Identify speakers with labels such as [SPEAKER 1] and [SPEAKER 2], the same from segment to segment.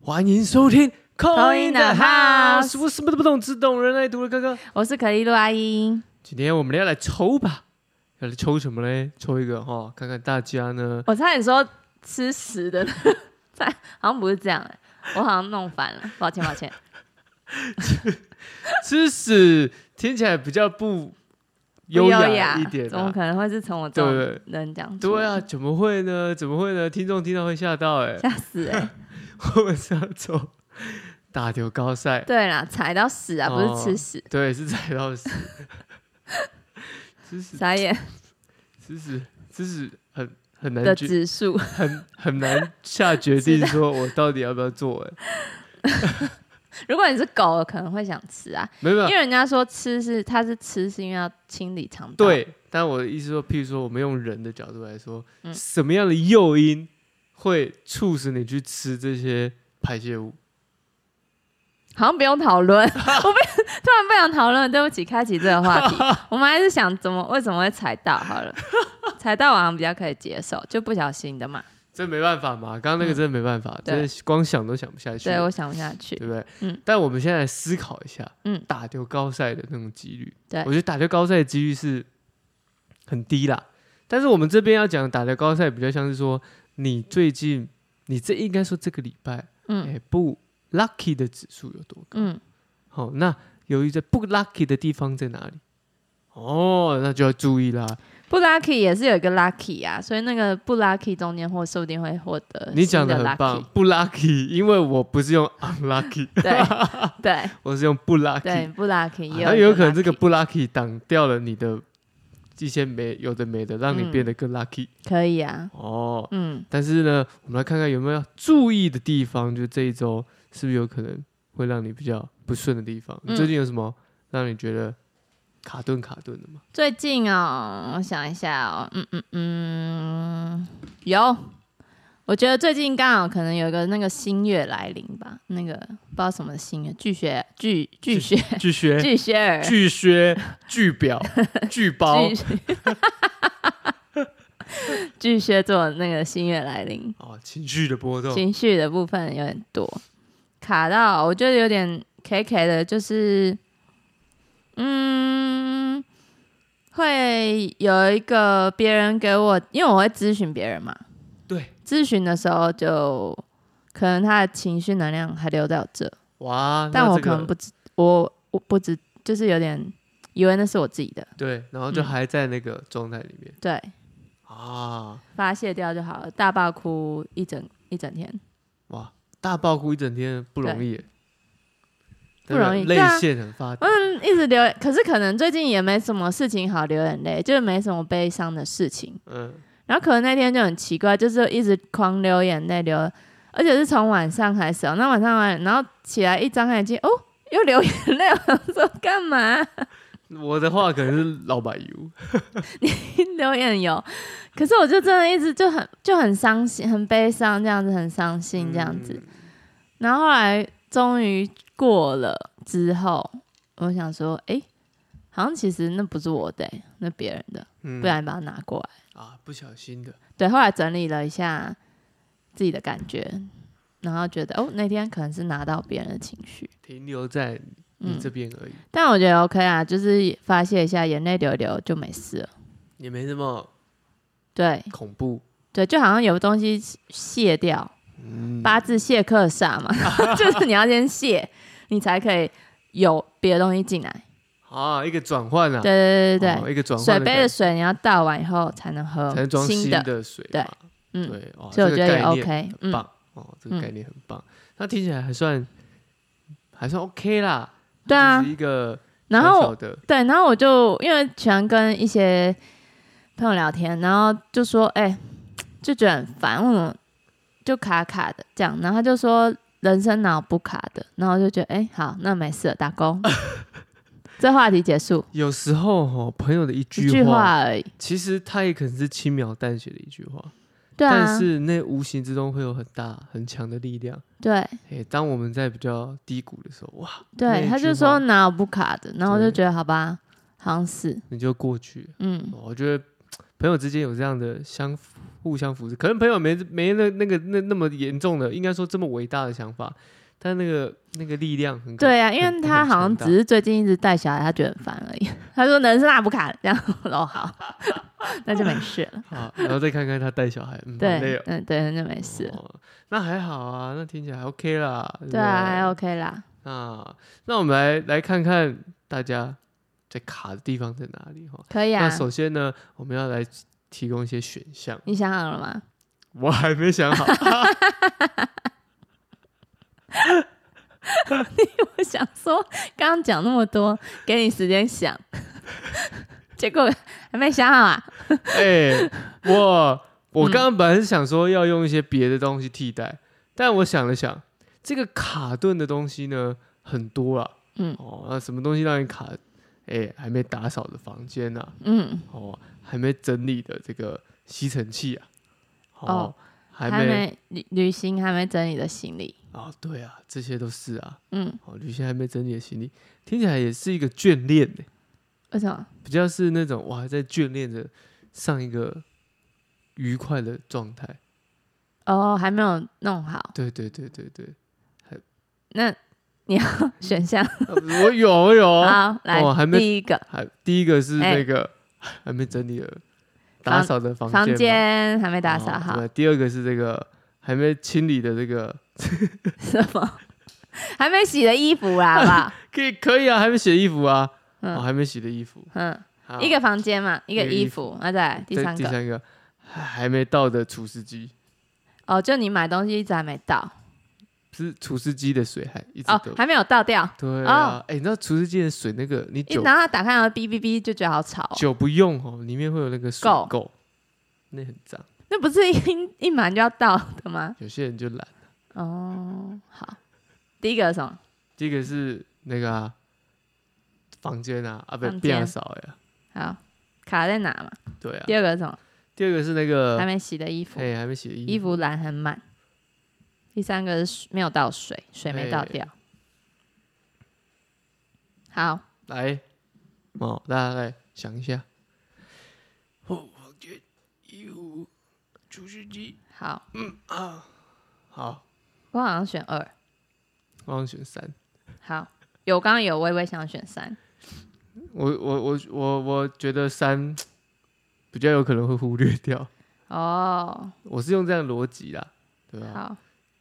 [SPEAKER 1] 欢迎收听《
[SPEAKER 2] Call in the House
[SPEAKER 1] 我什么都不懂，只懂人类图的哥哥。
[SPEAKER 2] 我是可丽露阿英。
[SPEAKER 1] 今天我们要来抽吧，要来抽什么嘞？抽一个哈、看看大家呢。
[SPEAKER 2] 我差点说吃屎 的，好像不是这样、欸，我好像弄反了，抱歉抱歉。
[SPEAKER 1] 吃屎听起来比较不 优
[SPEAKER 2] 不
[SPEAKER 1] 雅一点、
[SPEAKER 2] 怎么
[SPEAKER 1] 啊，
[SPEAKER 2] 可能会是从我这
[SPEAKER 1] 对不
[SPEAKER 2] 种
[SPEAKER 1] 对？
[SPEAKER 2] 人讲出
[SPEAKER 1] 对
[SPEAKER 2] 来？
[SPEAKER 1] 啊，怎么会呢？怎么会呢？听众听到会吓到哎、
[SPEAKER 2] 吓死哎、
[SPEAKER 1] 我们是要抽大丢高赛，
[SPEAKER 2] 对啦，踩到屎啊，不
[SPEAKER 1] 哦
[SPEAKER 2] 是吃屎，
[SPEAKER 1] 对，是踩到屎， 吃屎，
[SPEAKER 2] 傻眼
[SPEAKER 1] 吃屎，吃屎，很很
[SPEAKER 2] 的
[SPEAKER 1] 难决，
[SPEAKER 2] 指数。
[SPEAKER 1] 很很难下决定，说我到底要不要做、哎，
[SPEAKER 2] 如果你是狗，可能会想吃啊，
[SPEAKER 1] 没有没有
[SPEAKER 2] 因，为人家说吃是它是吃，是因为要清理肠道。，
[SPEAKER 1] 对，但我的意思说，譬如说，我们用人的角度来说，
[SPEAKER 2] 嗯
[SPEAKER 1] 什么样的诱因会促使你去吃这些排泄物？
[SPEAKER 2] 好像不用讨论。 我不突然不想讨论，对不起，开启这个 话题。我们还是想怎么为什么会踩到好了，踩到好像比较可以接受，就不小心的嘛。
[SPEAKER 1] 这没办法嘛，刚刚那个
[SPEAKER 2] 嗯
[SPEAKER 1] 真的没办法，
[SPEAKER 2] 对
[SPEAKER 1] 真的光想都想不下去，
[SPEAKER 2] 对，我想不下去。
[SPEAKER 1] 对不对？
[SPEAKER 2] 嗯
[SPEAKER 1] 但我们现在来思考一下，
[SPEAKER 2] 嗯
[SPEAKER 1] 打丢高赛的那种几率，
[SPEAKER 2] 对
[SPEAKER 1] 我觉得打丢高赛的几率是很低啦。但是我们这边要讲打丢高赛，比较像是说你最近，你这应该说这个礼拜，哎、
[SPEAKER 2] 嗯
[SPEAKER 1] 不 lucky 的指数有多高？
[SPEAKER 2] 嗯，
[SPEAKER 1] 好、那由于在不 lucky 的地方在哪里？哦，那就要注意啦。
[SPEAKER 2] 不 lucky 也是有一个 lucky 啊，所以那个不 lucky 中间或说不定会获得
[SPEAKER 1] 你讲
[SPEAKER 2] 新
[SPEAKER 1] 的
[SPEAKER 2] 的
[SPEAKER 1] 很
[SPEAKER 2] lucky
[SPEAKER 1] 棒，不 lucky，因为我不是用 unlucky，
[SPEAKER 2] 对对
[SPEAKER 1] 我是用不
[SPEAKER 2] 对，
[SPEAKER 1] lucky，啊
[SPEAKER 2] 不 lucky 也
[SPEAKER 1] 那
[SPEAKER 2] 有一
[SPEAKER 1] 有可能这个
[SPEAKER 2] lucky
[SPEAKER 1] 不 lucky 挡掉了你的一些没有的没的，让你
[SPEAKER 2] 嗯
[SPEAKER 1] 变得更 lucky、
[SPEAKER 2] 可以啊，
[SPEAKER 1] 哦。
[SPEAKER 2] 嗯
[SPEAKER 1] 但是呢，我们来看看有没有要注意的地方，就这一周是不是有可能会让你比较不顺的地方？你最
[SPEAKER 2] 嗯
[SPEAKER 1] 近有什么让你觉得卡顿卡顿的吗？
[SPEAKER 2] 最近哦，我想一下哦，嗯嗯嗯，有，我觉得最近刚好可能有一个那个新月来临吧，那个不知道什么新月，巨蟹巨巨蟹
[SPEAKER 1] 巨学
[SPEAKER 2] 巨蟹儿
[SPEAKER 1] 巨靴、巨 表、巨包
[SPEAKER 2] 巨巨蟹座那个新月来临，
[SPEAKER 1] 哦，情绪的波动。
[SPEAKER 2] 情绪的部分有点多，卡到我觉得有点 K K 的，就是嗯，会有一个别人给我，因为我会咨询别人嘛，
[SPEAKER 1] 对，
[SPEAKER 2] 咨询的时候就可能他的情绪能量还留在我这，
[SPEAKER 1] 哇，那
[SPEAKER 2] 但我
[SPEAKER 1] 这个
[SPEAKER 2] 可能不知，我我不知，就是有点以为那是我自己的，
[SPEAKER 1] 对，然后就
[SPEAKER 2] 嗯
[SPEAKER 1] 还在那个状态里面、
[SPEAKER 2] 对，
[SPEAKER 1] 啊，
[SPEAKER 2] 发泄掉就好了，大爆哭一整一整天。
[SPEAKER 1] 哇，大爆哭一整天不容易耶，
[SPEAKER 2] 不容易
[SPEAKER 1] 真的
[SPEAKER 2] 对啊
[SPEAKER 1] 泪腺很发达，
[SPEAKER 2] 嗯， 一直流眼，可是可能最近也没什么事情好流眼泪，就是没什么悲伤的事情。
[SPEAKER 1] 嗯，
[SPEAKER 2] 然后可能那天就很奇怪，就是一直狂流眼泪流，而且是从晚上开始、哦。那晚上完，然后起来一张开眼睛，哦，又流眼泪，我想说干嘛？
[SPEAKER 1] 嗯我的话可能是老板油，
[SPEAKER 2] 流眼油。可是我就真的一直就很就很伤心，很悲伤，这样子很伤心这样子。
[SPEAKER 1] 嗯，
[SPEAKER 2] 然后后来终于过了之后，我想说，诶，好像其实那不是我的、那别人的。
[SPEAKER 1] 嗯
[SPEAKER 2] 不然把它拿过来。
[SPEAKER 1] 啊，不小心的，
[SPEAKER 2] 对，后来整理了一下自己的感觉，然后觉得哦，那天可能是拿到别人的情绪，
[SPEAKER 1] 停留在你
[SPEAKER 2] 嗯
[SPEAKER 1] 这边而已，
[SPEAKER 2] 但我觉得 OK 啊，就是发泄一下，眼泪流一流就没事了。
[SPEAKER 1] 也没那么
[SPEAKER 2] 对
[SPEAKER 1] 恐怖，
[SPEAKER 2] 对，就好像有东西卸掉，
[SPEAKER 1] 嗯，
[SPEAKER 2] 八字卸克煞嘛， 就是你要先卸，你才可以有别的东西进来。
[SPEAKER 1] 啊，一个转换啊，
[SPEAKER 2] 对对对对对
[SPEAKER 1] 哦一个转换
[SPEAKER 2] 水
[SPEAKER 1] 的
[SPEAKER 2] 杯
[SPEAKER 1] 感
[SPEAKER 2] 的
[SPEAKER 1] 觉
[SPEAKER 2] 水你要倒完以后才能喝
[SPEAKER 1] 才能装
[SPEAKER 2] 新
[SPEAKER 1] 新
[SPEAKER 2] 的，
[SPEAKER 1] 的水
[SPEAKER 2] 对
[SPEAKER 1] 嘛，
[SPEAKER 2] 嗯，
[SPEAKER 1] 对，哦，
[SPEAKER 2] 所以我
[SPEAKER 1] 这个
[SPEAKER 2] 觉得也
[SPEAKER 1] 概念
[SPEAKER 2] OK，
[SPEAKER 1] 很
[SPEAKER 2] 嗯
[SPEAKER 1] 棒、哦，这个
[SPEAKER 2] 嗯
[SPEAKER 1] 概念很棒。那听起来还算还算 OK 啦，
[SPEAKER 2] 对啊
[SPEAKER 1] 只是。一个
[SPEAKER 2] 然
[SPEAKER 1] 小
[SPEAKER 2] 后
[SPEAKER 1] 小的
[SPEAKER 2] 对，然后我就因为喜欢跟一些朋友聊天，然后就说，哎、就觉得很烦，为什么就卡卡的这样？然后他就说人生哪有不卡的？然后我就觉得，哎、好，那没事了，打工。这话题结束，
[SPEAKER 1] 有时候哦，朋友的一
[SPEAKER 2] 一
[SPEAKER 1] 句
[SPEAKER 2] 句话而已。
[SPEAKER 1] 其实他也可能是轻描淡写的一句话，
[SPEAKER 2] 对啊
[SPEAKER 1] 但，是那无形之中会有很大很强的力量。
[SPEAKER 2] 对
[SPEAKER 1] 哎，当我们在比较低谷的时候，哇，那一
[SPEAKER 2] 对，他
[SPEAKER 1] 句
[SPEAKER 2] 就
[SPEAKER 1] 话
[SPEAKER 2] 说哪有不卡的？然后我就
[SPEAKER 1] 对
[SPEAKER 2] 觉得好吧，好像是，
[SPEAKER 1] 你就过去了。
[SPEAKER 2] 嗯，
[SPEAKER 1] 哦我觉得朋友之间有这样的相互相扶持，可能朋友没没那那个那那么严重的，应该说这么伟大的想法，但那个那个力量很可
[SPEAKER 2] 对啊，因
[SPEAKER 1] 很
[SPEAKER 2] 为他好像只是最近一直带小孩，他觉得很烦而已。他说能是那不卡，这样 哦好，那就没事了。
[SPEAKER 1] 好，然后再看看他带小孩，嗯，好累
[SPEAKER 2] 对
[SPEAKER 1] 哦，
[SPEAKER 2] 嗯对，那就没事了。
[SPEAKER 1] 哦那还好啊，那听起来还 OK 啦，不
[SPEAKER 2] 对啊，还 OK 啦。
[SPEAKER 1] 啊，那我们来来看看大家在卡的地方在哪里哈。
[SPEAKER 2] 可以啊
[SPEAKER 1] 那。首先呢，我们要来提供一些选项，
[SPEAKER 2] 你想好了吗？
[SPEAKER 1] 我还没想好，
[SPEAKER 2] 我想说，刚刚讲那么多，给你时间想， 结果还没想好啊。
[SPEAKER 1] 哎、我我
[SPEAKER 2] 嗯
[SPEAKER 1] 刚刚本来是想说要用一些别的东西替代，但我想了想，这个卡顿的东西呢很多啊，
[SPEAKER 2] 嗯
[SPEAKER 1] 哦，那什么东西让你卡？哎、还没打扫的房间啊，
[SPEAKER 2] 嗯，
[SPEAKER 1] 哦，还没整理的这个吸尘器啊，
[SPEAKER 2] 哦
[SPEAKER 1] 还
[SPEAKER 2] 还
[SPEAKER 1] 没
[SPEAKER 2] 没旅旅行，还没整理的行李。
[SPEAKER 1] 哦，对啊，这些都是啊，
[SPEAKER 2] 嗯，
[SPEAKER 1] 哦，旅行还没整理的行李，听起来也是一个眷恋呢、
[SPEAKER 2] 为什么？
[SPEAKER 1] 比较是那种哇，在眷恋着上一个愉快的状态。
[SPEAKER 2] 哦，还没有弄好。
[SPEAKER 1] 对对对对对，
[SPEAKER 2] 那 你要选项
[SPEAKER 1] 啊我 有我有哦，
[SPEAKER 2] 好来
[SPEAKER 1] 哦还没
[SPEAKER 2] 第一个
[SPEAKER 1] 还第一个是
[SPEAKER 2] 哎
[SPEAKER 1] 那个、还没整理的打
[SPEAKER 2] 房
[SPEAKER 1] 扫的房
[SPEAKER 2] 房
[SPEAKER 1] 嘛
[SPEAKER 2] 间还没打扫
[SPEAKER 1] 哦
[SPEAKER 2] 好，
[SPEAKER 1] 对第二个是这个还没清理的这个，
[SPEAKER 2] 什么？ 还没洗的衣服啦，好 不好？
[SPEAKER 1] 可以可以啊，还没洗的衣服啊，
[SPEAKER 2] 嗯
[SPEAKER 1] 哦还没洗的衣服，
[SPEAKER 2] 嗯，
[SPEAKER 1] 好
[SPEAKER 2] 一个房间嘛，一个
[SPEAKER 1] 一个
[SPEAKER 2] 衣
[SPEAKER 1] 衣
[SPEAKER 2] 服，那再来第
[SPEAKER 1] 再
[SPEAKER 2] 三
[SPEAKER 1] 第
[SPEAKER 2] 个
[SPEAKER 1] 三个还还没到的除湿机，
[SPEAKER 2] 哦，就你买东西一直还没到
[SPEAKER 1] 是除湿机的水还一直
[SPEAKER 2] 哦
[SPEAKER 1] 都、，
[SPEAKER 2] 还没有倒掉，
[SPEAKER 1] 对啊，哎、你知道除湿机的水那个你
[SPEAKER 2] 一
[SPEAKER 1] 久
[SPEAKER 2] 然后它打开然后哔哔哔就觉得好吵哦，
[SPEAKER 1] 久不用哦，里面会有那个水
[SPEAKER 2] 垢
[SPEAKER 1] 垢，那很脏，
[SPEAKER 2] 那不是一一满就要到的吗？
[SPEAKER 1] 有些人就懒。
[SPEAKER 2] 哦，好，第一个是什么？
[SPEAKER 1] 第一个是那个啊、房间啊，啊不
[SPEAKER 2] 房间
[SPEAKER 1] 变少呀，
[SPEAKER 2] 好，卡在哪嘛？
[SPEAKER 1] 对啊
[SPEAKER 2] 第。二个是什么？
[SPEAKER 1] 第二个是那个
[SPEAKER 2] 还没洗的衣服，
[SPEAKER 1] 哎还没洗的衣
[SPEAKER 2] 衣服篮很满。第三个是水没有倒水，水没倒
[SPEAKER 1] 哎
[SPEAKER 2] 掉。好，
[SPEAKER 1] 来哦，大家来想一下。哦，房间衣服除湿机
[SPEAKER 2] 好，
[SPEAKER 1] 嗯啊好，
[SPEAKER 2] 我好像选二。
[SPEAKER 1] 我想选三。
[SPEAKER 2] 好，有刚刚有微微想选三，
[SPEAKER 1] 我我我我我觉得三比较有可能会忽略掉，
[SPEAKER 2] 哦，
[SPEAKER 1] 我是用这样的逻辑啦，对吧、啊
[SPEAKER 2] 好，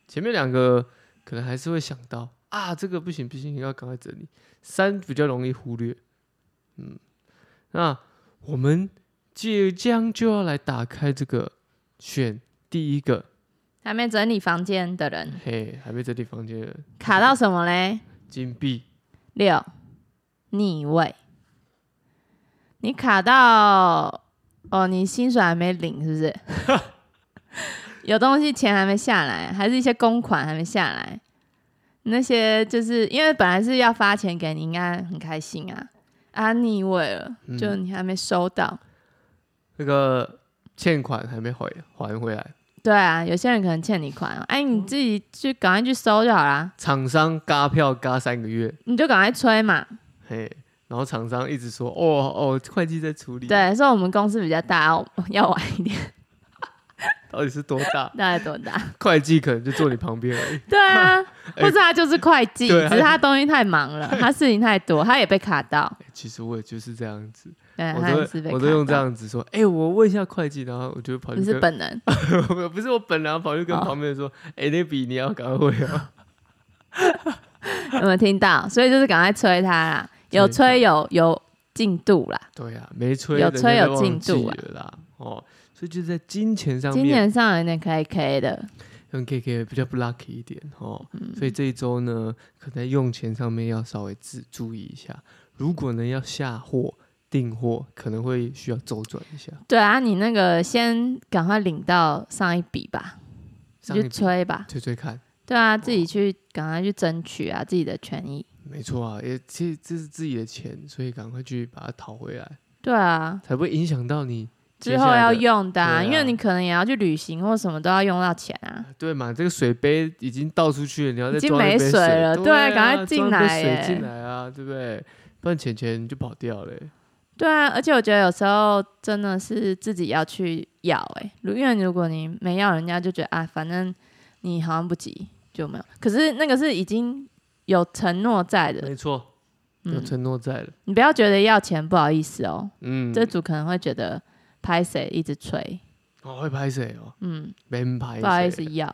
[SPEAKER 1] 前面两个可能还是会想到啊，这个不行不行，要赶快整理。三比较容易忽略，嗯，那我们即将就要来打开这个选第一个，
[SPEAKER 2] 还没整理房间的人
[SPEAKER 1] 嘿，还没整理房间的
[SPEAKER 2] 卡到什么嘞？
[SPEAKER 1] 金币，
[SPEAKER 2] 六，逆位，你卡到哦，你薪水还没领是不是？有东西钱还没下来，还是一些公款还没下来？那些就是因为本来是要发钱给你，应该很开心啊啊逆位了，
[SPEAKER 1] 嗯
[SPEAKER 2] 就你还没收到。
[SPEAKER 1] 那个欠款还没还还回来，
[SPEAKER 2] 对啊，有些人可能欠你款啊，哎，你自己去赶快去收就好啦，
[SPEAKER 1] 厂商嘎票嘎三个月，
[SPEAKER 2] 你就赶快催嘛。
[SPEAKER 1] 嘿，然后厂商一直说哦哦，会计在处理，，
[SPEAKER 2] 对，所以我们公司比较大，要要晚一点，
[SPEAKER 1] 到底是多大？
[SPEAKER 2] 大概多大？
[SPEAKER 1] 会计可能就坐你旁边而已，
[SPEAKER 2] 对 啊，或者他就是会计，
[SPEAKER 1] 对
[SPEAKER 2] 只是他东西太忙了，他事情太多，他也被卡到。
[SPEAKER 1] 哎其实我也就是这样子。
[SPEAKER 2] 对，
[SPEAKER 1] 我
[SPEAKER 2] 他也
[SPEAKER 1] 都
[SPEAKER 2] 是
[SPEAKER 1] 会
[SPEAKER 2] 被卡到。
[SPEAKER 1] 我都用这，样子说，哎、我问一下会计，然后我就跑去
[SPEAKER 2] 你是
[SPEAKER 1] 跟，
[SPEAKER 2] 本能。
[SPEAKER 1] 不是我本来跑去跟
[SPEAKER 2] 哦
[SPEAKER 1] 旁边人说，哎、那笔你要赶快汇啊，
[SPEAKER 2] 有没有听到？所以就是赶快催他啦，有催有有进度啦。
[SPEAKER 1] 对啊，没催
[SPEAKER 2] 有
[SPEAKER 1] 人
[SPEAKER 2] 催
[SPEAKER 1] 家
[SPEAKER 2] 有
[SPEAKER 1] 就忘
[SPEAKER 2] 进
[SPEAKER 1] 记
[SPEAKER 2] 度啊
[SPEAKER 1] 了啦，哦，所以就在金钱上
[SPEAKER 2] 今
[SPEAKER 1] 面，
[SPEAKER 2] 年上有点 K K 的，
[SPEAKER 1] 用 K K 比较不 lucky 一点哦，
[SPEAKER 2] 嗯
[SPEAKER 1] 所以这一周呢，可能用钱上面要稍微注注意一下，如果呢要下货订货，可能会需要周转一下，
[SPEAKER 2] 对啊，你那个先赶快领到上一笔吧，
[SPEAKER 1] 上
[SPEAKER 2] 你
[SPEAKER 1] 一
[SPEAKER 2] 去
[SPEAKER 1] 笔
[SPEAKER 2] 催吧。
[SPEAKER 1] 催催看。
[SPEAKER 2] 对啊，自己去赶快去争取啊自己的权益。
[SPEAKER 1] 没错啊，也其实这是自己的钱，所以赶快去把它讨回来，
[SPEAKER 2] 对啊，
[SPEAKER 1] 才不会影响到你接
[SPEAKER 2] 之后
[SPEAKER 1] 下来
[SPEAKER 2] 要
[SPEAKER 1] 的
[SPEAKER 2] 用的、啊，
[SPEAKER 1] 对啊
[SPEAKER 2] 因为你可能也要去旅行或什么都要用到钱啊。
[SPEAKER 1] 对嘛？这个水杯已经倒出去了，你要再
[SPEAKER 2] 已经
[SPEAKER 1] 装一
[SPEAKER 2] 没
[SPEAKER 1] 杯
[SPEAKER 2] 水了
[SPEAKER 1] 对
[SPEAKER 2] 对
[SPEAKER 1] 啊
[SPEAKER 2] 赶快进
[SPEAKER 1] 装一杯
[SPEAKER 2] 来
[SPEAKER 1] 水进
[SPEAKER 2] 耶
[SPEAKER 1] 来啊，对不对？不然钱钱就跑掉了耶。
[SPEAKER 2] 对啊，而且我觉得有时候真的是自己要去要哎、如因为如果你没要，人家就觉得啊，反正你好像不急就没有。可是那个是已经有承诺在的，
[SPEAKER 1] 没错，有
[SPEAKER 2] 嗯，
[SPEAKER 1] 承诺在了。
[SPEAKER 2] 你不要觉得要钱不好意思哦，
[SPEAKER 1] 嗯，
[SPEAKER 2] 这组可能会觉得拍谁一直催，
[SPEAKER 1] 我会拍谁哦？
[SPEAKER 2] 嗯，
[SPEAKER 1] 没拍谁，
[SPEAKER 2] 不好意思要，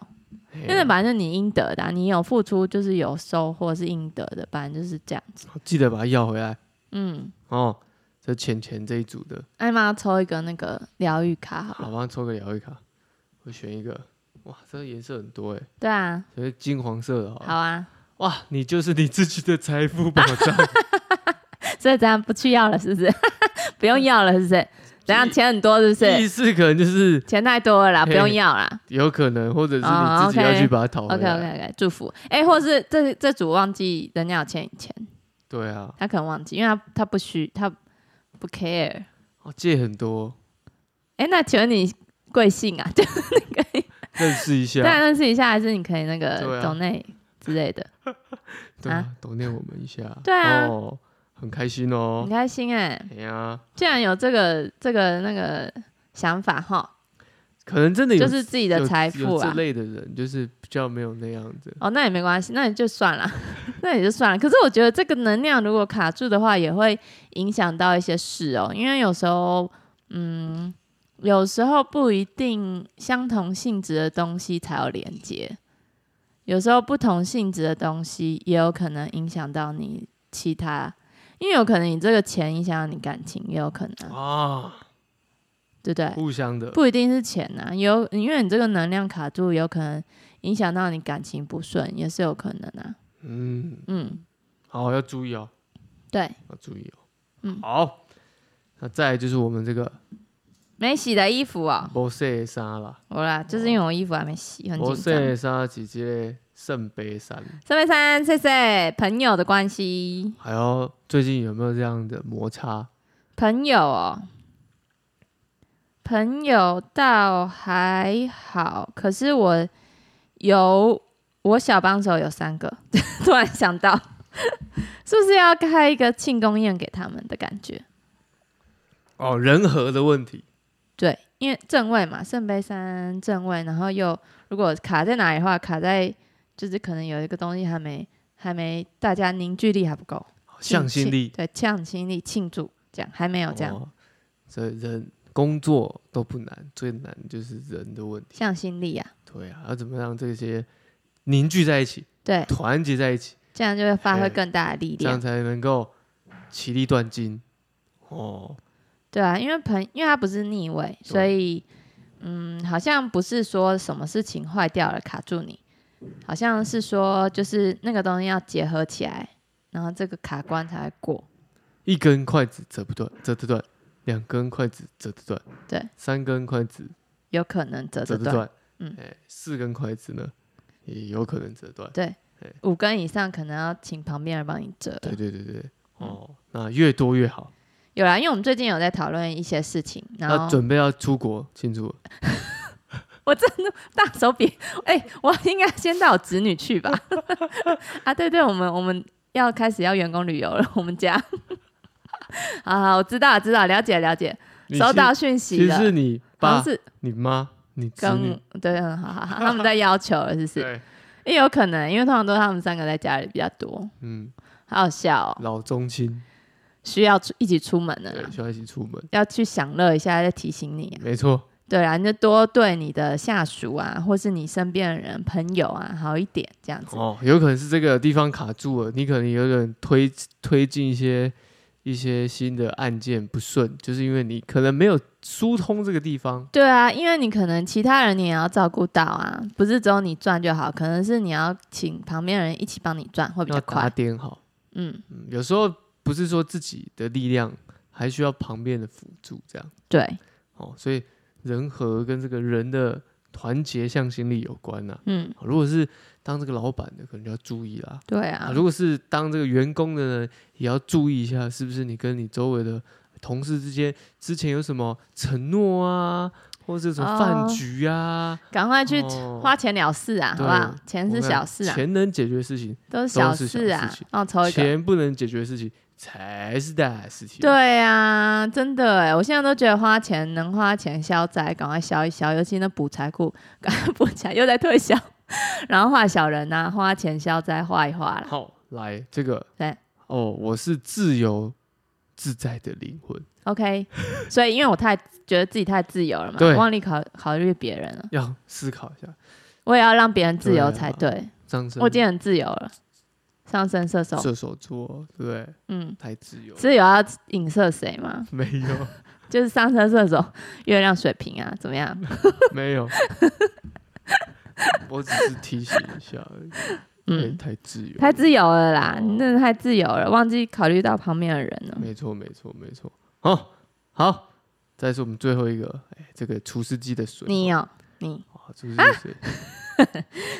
[SPEAKER 1] 嘿啊，
[SPEAKER 2] 因为反正你应得的啊、你有付出就是有收获是应得的，反正就是这样子，
[SPEAKER 1] 记得把它要回来
[SPEAKER 2] 嗯。
[SPEAKER 1] 哦。这钱钱这一组的，
[SPEAKER 2] 艾妈抽一个那个疗愈卡好了，
[SPEAKER 1] 好，帮他抽个疗愈卡，我选一个。哇，这个颜色很多哎，
[SPEAKER 2] 对啊，
[SPEAKER 1] 所以金黄色的好了
[SPEAKER 2] 好啊，
[SPEAKER 1] 哇，你就是你自己的财富保障。
[SPEAKER 2] 所以咱不去要了，是不是？ 不用要了，是不是？怎样？钱很多，是不
[SPEAKER 1] 第
[SPEAKER 2] 是？
[SPEAKER 1] 四可能就是
[SPEAKER 2] 钱太多了啦，
[SPEAKER 1] 嘿
[SPEAKER 2] 不用要啦。
[SPEAKER 1] 有可能，或者是你
[SPEAKER 2] 哦
[SPEAKER 1] 自己要
[SPEAKER 2] ，OK
[SPEAKER 1] 去把它讨回
[SPEAKER 2] OK
[SPEAKER 1] 来。
[SPEAKER 2] OK OK，祝福。哎、或是这这组忘记人家有欠你钱，
[SPEAKER 1] 对啊，
[SPEAKER 2] 他可能忘记，因为他他不需他不 care。
[SPEAKER 1] 哦，借很多，
[SPEAKER 2] 哎、那请问你贵姓啊？就
[SPEAKER 1] 认识一下，
[SPEAKER 2] 再认识一下，还是你可以那
[SPEAKER 1] 对
[SPEAKER 2] 个
[SPEAKER 1] 啊
[SPEAKER 2] 懂内之类的？
[SPEAKER 1] 对啊，懂念我们一下。
[SPEAKER 2] 对啊
[SPEAKER 1] 哦，很开心
[SPEAKER 2] 很
[SPEAKER 1] 哦。
[SPEAKER 2] 开心哎、
[SPEAKER 1] 哎呀，
[SPEAKER 2] 竟然有这个这个那个想法哈，
[SPEAKER 1] 可能真的有
[SPEAKER 2] 就是自己的
[SPEAKER 1] 有
[SPEAKER 2] 财富
[SPEAKER 1] 有
[SPEAKER 2] 啊
[SPEAKER 1] 这。类的人就是比较没有那样子。
[SPEAKER 2] 哦，那也没关系，那也就算了， 那也就算了。可是我觉得这个能量如果卡住的话，也会影响到一些事哦，因为有时候，嗯，有时候不一定相同性质的东西才有连接，有时候不同性质的东西也有可能影响到你其他，因为有可能你这个钱影响到你感情，也有可能啊，
[SPEAKER 1] 啊，
[SPEAKER 2] 对不对？
[SPEAKER 1] 互相的，
[SPEAKER 2] 不一定是钱呐、有因为你这个能量卡住，有可能影响到你感情不顺，也是有可能啊。
[SPEAKER 1] 嗯，
[SPEAKER 2] 嗯，
[SPEAKER 1] 好，要注意哦，
[SPEAKER 2] 对，
[SPEAKER 1] 要注意哦。
[SPEAKER 2] 嗯
[SPEAKER 1] 好，那再来就是我们这个
[SPEAKER 2] 没洗的衣服哦，
[SPEAKER 1] 波塞沙啦，
[SPEAKER 2] 我啦，就是因为我衣服还没洗，很
[SPEAKER 1] 波
[SPEAKER 2] 紧张。
[SPEAKER 1] 塞沙姐姐圣杯三，
[SPEAKER 2] 三倍三，谢谢朋友的关系，
[SPEAKER 1] 还有哎最近有没有这样的摩擦？
[SPEAKER 2] 朋友哦，朋友倒还好，可是我有我小帮手有三个， 突然想到， 是不是要开一个庆功宴给他们的感觉？嗯
[SPEAKER 1] 哦，人和的问题，
[SPEAKER 2] 对，因为正位嘛，圣杯三正位，然后又如果卡在哪里的话，卡在就是可能有一个东西还没还没，大家凝聚力还不够，
[SPEAKER 1] 向心力
[SPEAKER 2] 庆对，向心力庆祝这样还没有这样、
[SPEAKER 1] 哦所以人工作都不难，最难就是人的问题。
[SPEAKER 2] 向心力啊，
[SPEAKER 1] 对啊，要怎么让这些凝聚在一起，
[SPEAKER 2] 对，
[SPEAKER 1] 团结在一起，
[SPEAKER 2] 这样就会发
[SPEAKER 1] 哎
[SPEAKER 2] 挥更大的力
[SPEAKER 1] 这样
[SPEAKER 2] 量，
[SPEAKER 1] 才能够其利断金。哦，
[SPEAKER 2] 对啊，因为朋因为他不是逆位，所以嗯，好像不是说什么事情坏掉了卡住你，好像是说就是那个东西要结合起来，然后这个卡关才会过。
[SPEAKER 1] 一根筷子折不断，折得断；两根筷子折得断，
[SPEAKER 2] 对；
[SPEAKER 1] 三根筷子
[SPEAKER 2] 有可能折
[SPEAKER 1] 折
[SPEAKER 2] 得
[SPEAKER 1] 得
[SPEAKER 2] 断，
[SPEAKER 1] 断，
[SPEAKER 2] 嗯
[SPEAKER 1] 哎，四根筷子呢也有可能折断。
[SPEAKER 2] 五根以上可能要请旁边人帮你折。
[SPEAKER 1] 对对对对，
[SPEAKER 2] 嗯
[SPEAKER 1] 哦，那越多越好。
[SPEAKER 2] 有啦，因为我们最近有在讨论一些事情，然
[SPEAKER 1] 那
[SPEAKER 2] 后
[SPEAKER 1] 准备要出国庆祝了，
[SPEAKER 2] 大手笔，哎、我应该先带我侄女去吧？ 啊，对对，我们我们要开始要员工旅游了，我们家。 好好，我知道知道，了解了解，
[SPEAKER 1] 你
[SPEAKER 2] 收
[SPEAKER 1] 其
[SPEAKER 2] 到讯息
[SPEAKER 1] 其
[SPEAKER 2] 了
[SPEAKER 1] 实，是你
[SPEAKER 2] 好像
[SPEAKER 1] 爸、
[SPEAKER 2] 是
[SPEAKER 1] 你妈、你侄
[SPEAKER 2] 跟
[SPEAKER 1] 女，
[SPEAKER 2] 对，嗯好 好好，他们在要求了，是不是？
[SPEAKER 1] 对，
[SPEAKER 2] 也有可能，因为通常都是他们三个在家里比较多，
[SPEAKER 1] 嗯，
[SPEAKER 2] 好好笑哦，
[SPEAKER 1] 老中青，
[SPEAKER 2] 需要出一起出门了
[SPEAKER 1] 对，
[SPEAKER 2] 啦，
[SPEAKER 1] 需要一起出门，
[SPEAKER 2] 要去享乐一下，再提醒你啊。
[SPEAKER 1] 没错，
[SPEAKER 2] 对啊，你就多对你的下属啊，或是你身边的人、朋友啊好一点，这样子。
[SPEAKER 1] 哦，有可能是这个地方卡住了，你可能有点推推进一些一些新的案件不顺，就是因为你可能没有疏通这个地方，
[SPEAKER 2] 对啊，因为你可能其他人你也要照顾到啊，不是只有你赚就好，可能是你要请旁边人一起帮你赚，会比
[SPEAKER 1] 要
[SPEAKER 2] 较
[SPEAKER 1] 打
[SPEAKER 2] 快。
[SPEAKER 1] 点好，
[SPEAKER 2] 嗯，
[SPEAKER 1] 嗯，有时候不是说自己的力量，还需要旁边的辅助，这样，
[SPEAKER 2] 对，
[SPEAKER 1] 哦，所以人和跟这个人的团结向心力有关呐、
[SPEAKER 2] 嗯，
[SPEAKER 1] 好如果是当这个老板的，可能就要注意啦。
[SPEAKER 2] 对
[SPEAKER 1] 啊
[SPEAKER 2] 啊，
[SPEAKER 1] 如果是当这个员工的呢，也要注意一下，是不是你跟你周围的同事之间之前有什么承诺啊，或者什么饭
[SPEAKER 2] 哦
[SPEAKER 1] 局啊？
[SPEAKER 2] 赶快去
[SPEAKER 1] 哦
[SPEAKER 2] 花钱了事啊，好
[SPEAKER 1] 对
[SPEAKER 2] 不好？钱
[SPEAKER 1] 我
[SPEAKER 2] 是
[SPEAKER 1] 们
[SPEAKER 2] 小事啊，
[SPEAKER 1] 钱能解决事情，
[SPEAKER 2] 都是
[SPEAKER 1] 都
[SPEAKER 2] 小
[SPEAKER 1] 是小
[SPEAKER 2] 事啊
[SPEAKER 1] 事情，
[SPEAKER 2] 哦，抽一个，
[SPEAKER 1] 钱不能解决事情，才是大的事情。，
[SPEAKER 2] 对啊，真的哎，我现在都觉得花钱能花钱消灾，赶快消一消，尤其那补财库， 赶快补起来，又在退销，然后画小人呐、花钱消灾画一画啦。
[SPEAKER 1] 好，来这个，
[SPEAKER 2] 对，
[SPEAKER 1] 哦，我是自由自在的灵魂，
[SPEAKER 2] OK，所以因为我太觉得自己太自由了嘛，
[SPEAKER 1] 对
[SPEAKER 2] 忘记考考虑别人了，
[SPEAKER 1] 要思考一下
[SPEAKER 2] 我也要让别人自由
[SPEAKER 1] 对啊
[SPEAKER 2] 才对。
[SPEAKER 1] 上升
[SPEAKER 2] 我已经很自由了，上升射手，
[SPEAKER 1] 射手座，对不对？
[SPEAKER 2] 嗯，
[SPEAKER 1] 太自由了，
[SPEAKER 2] 自由要影射谁吗？
[SPEAKER 1] 没有，
[SPEAKER 2] 就是上升射手，月亮水瓶啊，怎么样？
[SPEAKER 1] 没有，我只是提醒一下而已，
[SPEAKER 2] 嗯，
[SPEAKER 1] 太太自由，
[SPEAKER 2] 太自由了啦，
[SPEAKER 1] 哦
[SPEAKER 2] 你真的太自由了，忘记考虑到旁边的人了。
[SPEAKER 1] 没错，没错，没错。好，好，再是我们最后一个，哎，这个除湿机的水，
[SPEAKER 2] 你哦，你
[SPEAKER 1] 啊，除湿机的水，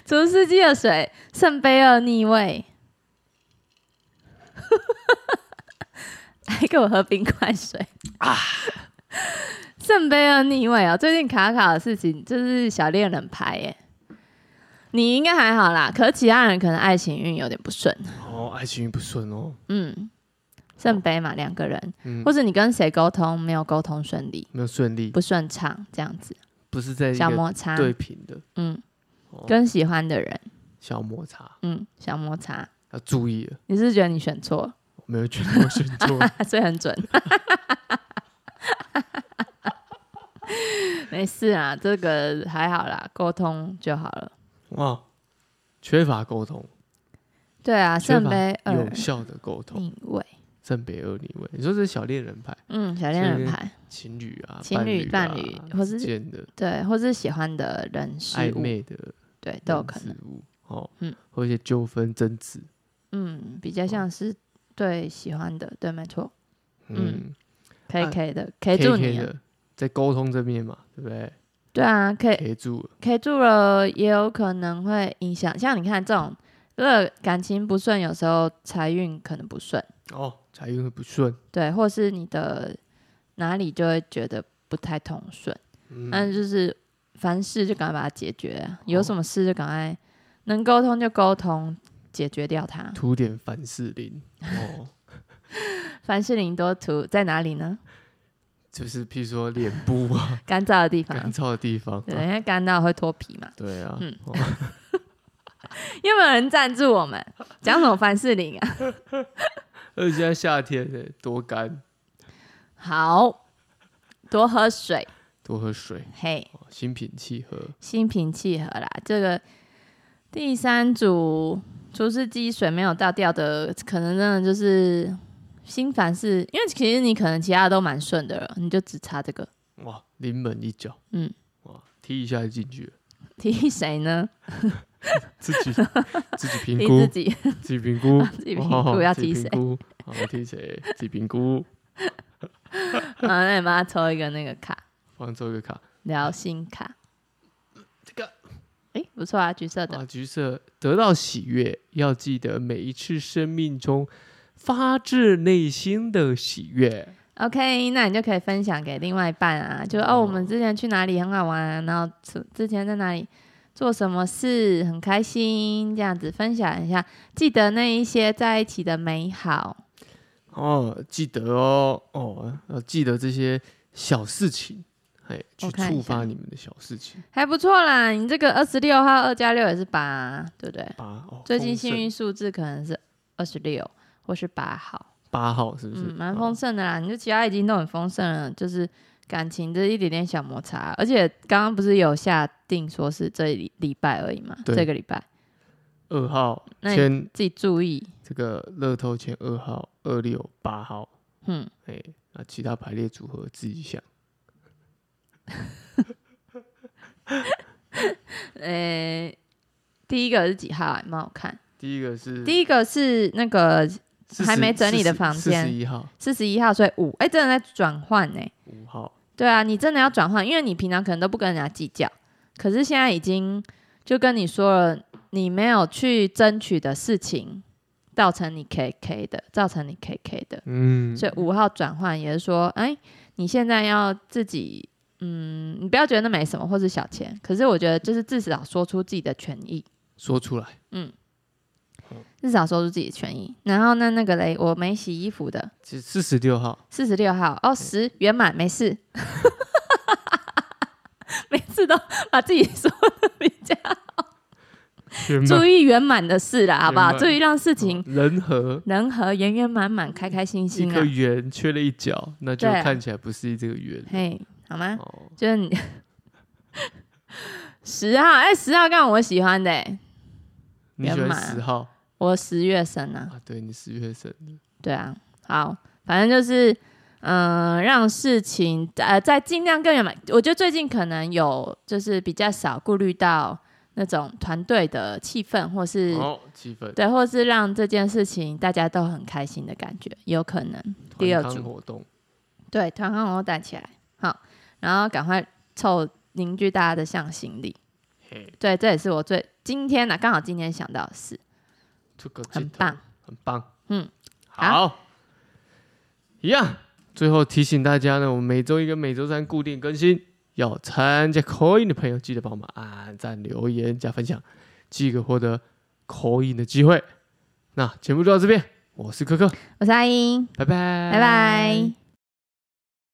[SPEAKER 2] 除湿机的水，圣杯二逆位， 还给我喝冰块水圣杯二逆位哦，最近卡卡的事情就是小恋人牌耶，你应该还好啦，可是其他人可能爱情运有点不顺。
[SPEAKER 1] 哦，爱情运不顺哦，
[SPEAKER 2] 嗯，圣杯嘛，两个人，
[SPEAKER 1] 嗯
[SPEAKER 2] 或，者你跟谁沟通没有沟通顺利，
[SPEAKER 1] 没有顺利，
[SPEAKER 2] 不顺畅这样子，
[SPEAKER 1] 不是在一
[SPEAKER 2] 小
[SPEAKER 1] 个
[SPEAKER 2] 摩擦，
[SPEAKER 1] 对平的
[SPEAKER 2] 嗯，
[SPEAKER 1] 哦
[SPEAKER 2] 跟喜欢的人，
[SPEAKER 1] 小摩擦，
[SPEAKER 2] 嗯，小摩擦。
[SPEAKER 1] 要注意了，
[SPEAKER 2] 你是不是觉得你选错了？
[SPEAKER 1] 我没有觉得我选错，
[SPEAKER 2] 所以很准。 没事啊，这个还好啦，沟通就好了。
[SPEAKER 1] 哇，缺乏沟通，
[SPEAKER 2] 对啊，
[SPEAKER 1] 缺
[SPEAKER 2] 圣
[SPEAKER 1] 乏
[SPEAKER 2] 杯二
[SPEAKER 1] 有效的沟通，
[SPEAKER 2] 逆位，
[SPEAKER 1] 圣杯二逆位，你说这是小恋人牌，
[SPEAKER 2] 嗯，小恋人
[SPEAKER 1] 是
[SPEAKER 2] 牌，
[SPEAKER 1] 情侣啊，
[SPEAKER 2] 情侣
[SPEAKER 1] 伴
[SPEAKER 2] 伴侣
[SPEAKER 1] 啊
[SPEAKER 2] 或
[SPEAKER 1] 之
[SPEAKER 2] 是
[SPEAKER 1] 间的
[SPEAKER 2] 对，或是喜欢的人事
[SPEAKER 1] 暧
[SPEAKER 2] 物，
[SPEAKER 1] 昧的
[SPEAKER 2] 对，都有可
[SPEAKER 1] 人
[SPEAKER 2] 能。
[SPEAKER 1] 事物哦，
[SPEAKER 2] 嗯
[SPEAKER 1] 或一些纠纷争执，
[SPEAKER 2] 嗯，比较像是对喜欢的，对，没错嗯
[SPEAKER 1] 嗯。
[SPEAKER 2] ，K
[SPEAKER 1] 啊
[SPEAKER 2] K 的 K
[SPEAKER 1] K
[SPEAKER 2] 住
[SPEAKER 1] K
[SPEAKER 2] 你啊，
[SPEAKER 1] 的，在沟通这面嘛，对不对
[SPEAKER 2] 对啊，K
[SPEAKER 1] ？K 住了，
[SPEAKER 2] K 住了也有可能会影响，像你看这种，如果感情不顺，有时候财运可能不顺。
[SPEAKER 1] 哦，财运会不顺，
[SPEAKER 2] 对，或是你的哪里就会觉得不太通顺，但
[SPEAKER 1] 嗯，
[SPEAKER 2] 就是凡事就赶快把它解决啊、有
[SPEAKER 1] 哦
[SPEAKER 2] 什么事就赶快能沟通就沟通，解决掉它。
[SPEAKER 1] 涂点凡士 林，哦，
[SPEAKER 2] 凡士林多涂在哪里呢？
[SPEAKER 1] 就是譬如说脸部 啊，
[SPEAKER 2] 干燥的地
[SPEAKER 1] 干
[SPEAKER 2] 方，
[SPEAKER 1] 燥的地方啊，
[SPEAKER 2] 对，因为干燥会脱皮 嘛。
[SPEAKER 1] 对啊，
[SPEAKER 2] 嗯
[SPEAKER 1] 哦
[SPEAKER 2] 有没有人赞助我们？讲什么凡士林啊？
[SPEAKER 1] 而且现在夏天欸多干，
[SPEAKER 2] 好多喝水，
[SPEAKER 1] 多喝水，
[SPEAKER 2] 嘿，
[SPEAKER 1] 哦心平气和，
[SPEAKER 2] 心平气和啦。这个第三组除湿机水没有倒掉的，可能真的就是心烦事，因为其实你可能其他都蛮顺的了，你就只差这个
[SPEAKER 1] 哇，临门一脚，
[SPEAKER 2] 嗯，
[SPEAKER 1] 哇，踢一下就进去了，
[SPEAKER 2] 踢谁呢？
[SPEAKER 1] 自 己自己评
[SPEAKER 2] 踢
[SPEAKER 1] 估
[SPEAKER 2] 自，己， ，
[SPEAKER 1] 自己评估
[SPEAKER 2] 自己评估要踢谁
[SPEAKER 1] 哦哦自己评估好，踢谁，自己评估，
[SPEAKER 2] 嗯，那你帮他抽一个那个卡，
[SPEAKER 1] 放最后一个卡，
[SPEAKER 2] 聊心卡。
[SPEAKER 1] 这个。
[SPEAKER 2] 诶，不错啊，橘色的。
[SPEAKER 1] 啊，橘色得到喜悦，要记得每一次生命中发自内心的喜悦。
[SPEAKER 2] OK，那你就可以分享给另外一半啊，就哦，
[SPEAKER 1] 哦
[SPEAKER 2] 我们之前去哪里很好玩啊、然后之之前在哪里做什么事很开心，这样子分享一下，记得那一些在一起的美好。
[SPEAKER 1] 哦，记得哦，哦，要记得这些小事情，哎，去
[SPEAKER 2] 我看一
[SPEAKER 1] 触发
[SPEAKER 2] 下
[SPEAKER 1] 你们的小事情
[SPEAKER 2] 还不错啦，你这个二十六号二加六也是八、对不对？
[SPEAKER 1] 八哦，
[SPEAKER 2] 最近
[SPEAKER 1] 丰
[SPEAKER 2] 幸
[SPEAKER 1] 盛
[SPEAKER 2] 运数字可能是二十六或是八号，
[SPEAKER 1] 八号是不是？
[SPEAKER 2] 嗯，蛮
[SPEAKER 1] 哦
[SPEAKER 2] 丰盛的啦。你就其他已经都很丰盛了，就是感情这一点点小摩擦，而且刚刚不是有下定说是这礼礼拜而已嘛，
[SPEAKER 1] 对
[SPEAKER 2] 这个礼拜。
[SPEAKER 1] 二号
[SPEAKER 2] 那你
[SPEAKER 1] 签
[SPEAKER 2] 自己注意。
[SPEAKER 1] 这个乐透签二号、二六、八号，
[SPEAKER 2] 嗯，
[SPEAKER 1] 哎，那其他排列组合自己想。
[SPEAKER 2] 呃、第一个是几号、啊？蛮好看。
[SPEAKER 1] 第一个是
[SPEAKER 2] 第一个是那个
[SPEAKER 1] 40
[SPEAKER 2] 还没整理的
[SPEAKER 1] 40
[SPEAKER 2] 房间
[SPEAKER 1] 四十一号、
[SPEAKER 2] 四十一号，所以五，哎、真的在转换呢。
[SPEAKER 1] 五号，
[SPEAKER 2] 对啊，你真的要转换，因为你平常可能都不跟人家计较，可是现在已经就跟你说了，你没有去争取的事情，造成你 KK 的，造成你 KK 的。
[SPEAKER 1] 嗯，
[SPEAKER 2] 所以五号转换也是说，哎，你现在要自己，嗯，你不要觉得那没什么或是小钱，可是我觉得就是至少说出自己的权益，
[SPEAKER 1] 说出来。
[SPEAKER 2] 至少说出自己的权益。然后呢，那个嘞，我没洗衣服的，
[SPEAKER 1] 是四十六号，
[SPEAKER 2] 四十六号哦，十圆满，没事。 每次都把自己说的比较
[SPEAKER 1] 圆满
[SPEAKER 2] 注意圆满的事啦，好不好？
[SPEAKER 1] 圆满
[SPEAKER 2] 注意让事情
[SPEAKER 1] 人和
[SPEAKER 2] 人和圆圆满满、开开心
[SPEAKER 1] 一
[SPEAKER 2] 心啊
[SPEAKER 1] 个，圆缺了一角，那就
[SPEAKER 2] 对嗯
[SPEAKER 1] 看起来不是这个圆。
[SPEAKER 2] 嘿，好吗？
[SPEAKER 1] 哦，
[SPEAKER 2] 就是你 十号，哎、十号刚好我喜欢的、欸，
[SPEAKER 1] 你喜
[SPEAKER 2] 圆
[SPEAKER 1] 欢
[SPEAKER 2] 满
[SPEAKER 1] 十号
[SPEAKER 2] 我十月生啊，
[SPEAKER 1] 啊？对你十月生的，
[SPEAKER 2] 对啊，好，反正就是，嗯、让事情呃在尽量更圆满。我觉得最近可能有就是比较少顾虑到那种团队的气氛，或是、
[SPEAKER 1] 哦，七分。
[SPEAKER 2] 对，或是让这件事情大家都很开心的感觉，有可能。第
[SPEAKER 1] 团
[SPEAKER 2] 二
[SPEAKER 1] 康
[SPEAKER 2] 组
[SPEAKER 1] 活动，
[SPEAKER 2] 对，团康我带起来，好，然后赶快凑邻居大家的向心力。
[SPEAKER 1] 嘿，
[SPEAKER 2] 对，这也是我最今天呢、刚好今天想到的事，
[SPEAKER 1] 这个
[SPEAKER 2] 很
[SPEAKER 1] 镜头
[SPEAKER 2] 棒，
[SPEAKER 1] 很棒。
[SPEAKER 2] 嗯，好
[SPEAKER 1] 好，一样。最后提醒大家呢，我们每周一跟每周三固定更新。要参加 Coin 的朋友，记得帮我们按赞、留言、加分享，即可获得 Coin 的机会。那节目就到这边，我是柯柯，
[SPEAKER 2] 我是阿英，
[SPEAKER 1] 拜拜，
[SPEAKER 2] 拜拜